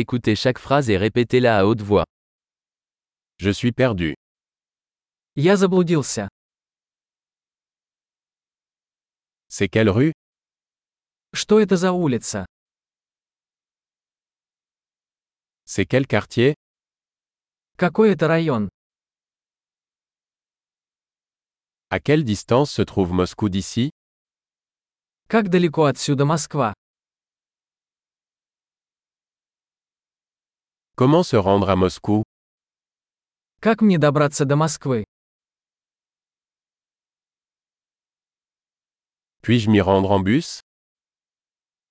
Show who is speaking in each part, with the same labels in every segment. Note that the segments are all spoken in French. Speaker 1: Écoutez chaque phrase et répétez-la à haute voix.
Speaker 2: Je suis perdu.
Speaker 3: Я заблудился.
Speaker 2: C'est quelle rue
Speaker 3: Что это за улица?
Speaker 2: C'est quel quartier
Speaker 3: Какой это район?
Speaker 2: À quelle distance se trouve Moscou d'ici
Speaker 3: Как далеко отсюда Москва?
Speaker 2: Comment se rendre à Moscou
Speaker 3: Как мне добраться до Москвы?
Speaker 2: Puis-je m'y rendre en bus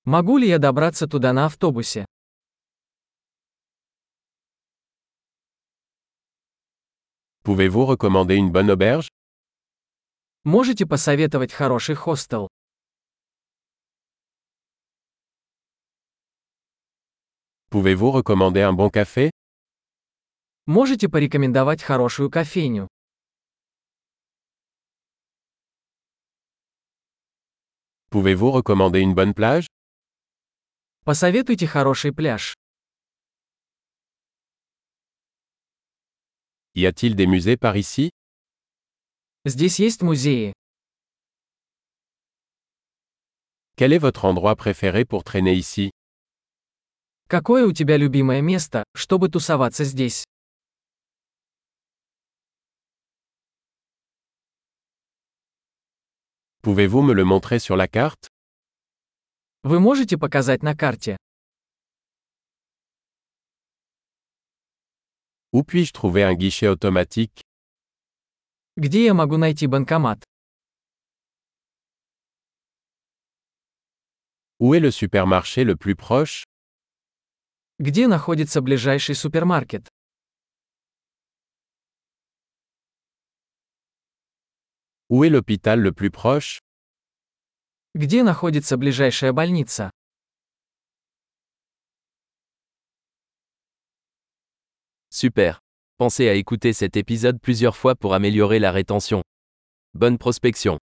Speaker 3: Могу ли я добраться туда на автобусе?
Speaker 2: Pouvez-vous recommander une bonne auberge
Speaker 3: Можете посоветовать хороший хостел?
Speaker 2: Pouvez-vous recommander un bon café
Speaker 3: Можете порекомендовать хорошую кофейню?
Speaker 2: Pouvez-vous recommander une bonne plage
Speaker 3: Посоветуйте хороший пляж.
Speaker 2: Y a-t-il des musées par ici
Speaker 3: Здесь есть музеи.
Speaker 2: Quel est votre endroit préféré pour traîner ici
Speaker 3: Какое у тебя любимое место, чтобы тусоваться здесь?
Speaker 2: Pouvez-vous me le montrer sur la carte
Speaker 3: Вы можете показать на карте,
Speaker 2: Où puis-je trouver un guichet automatique
Speaker 3: где я могу найти банкомат?
Speaker 2: Où est le supermarché le plus proche
Speaker 3: Где находится ближайший супермаркет?
Speaker 2: Où est l'hôpital le plus proche
Speaker 3: Где находится ближайшая больница?
Speaker 1: Super. Pensez à écouter cet épisode plusieurs fois pour améliorer la rétention. Bonne prospection.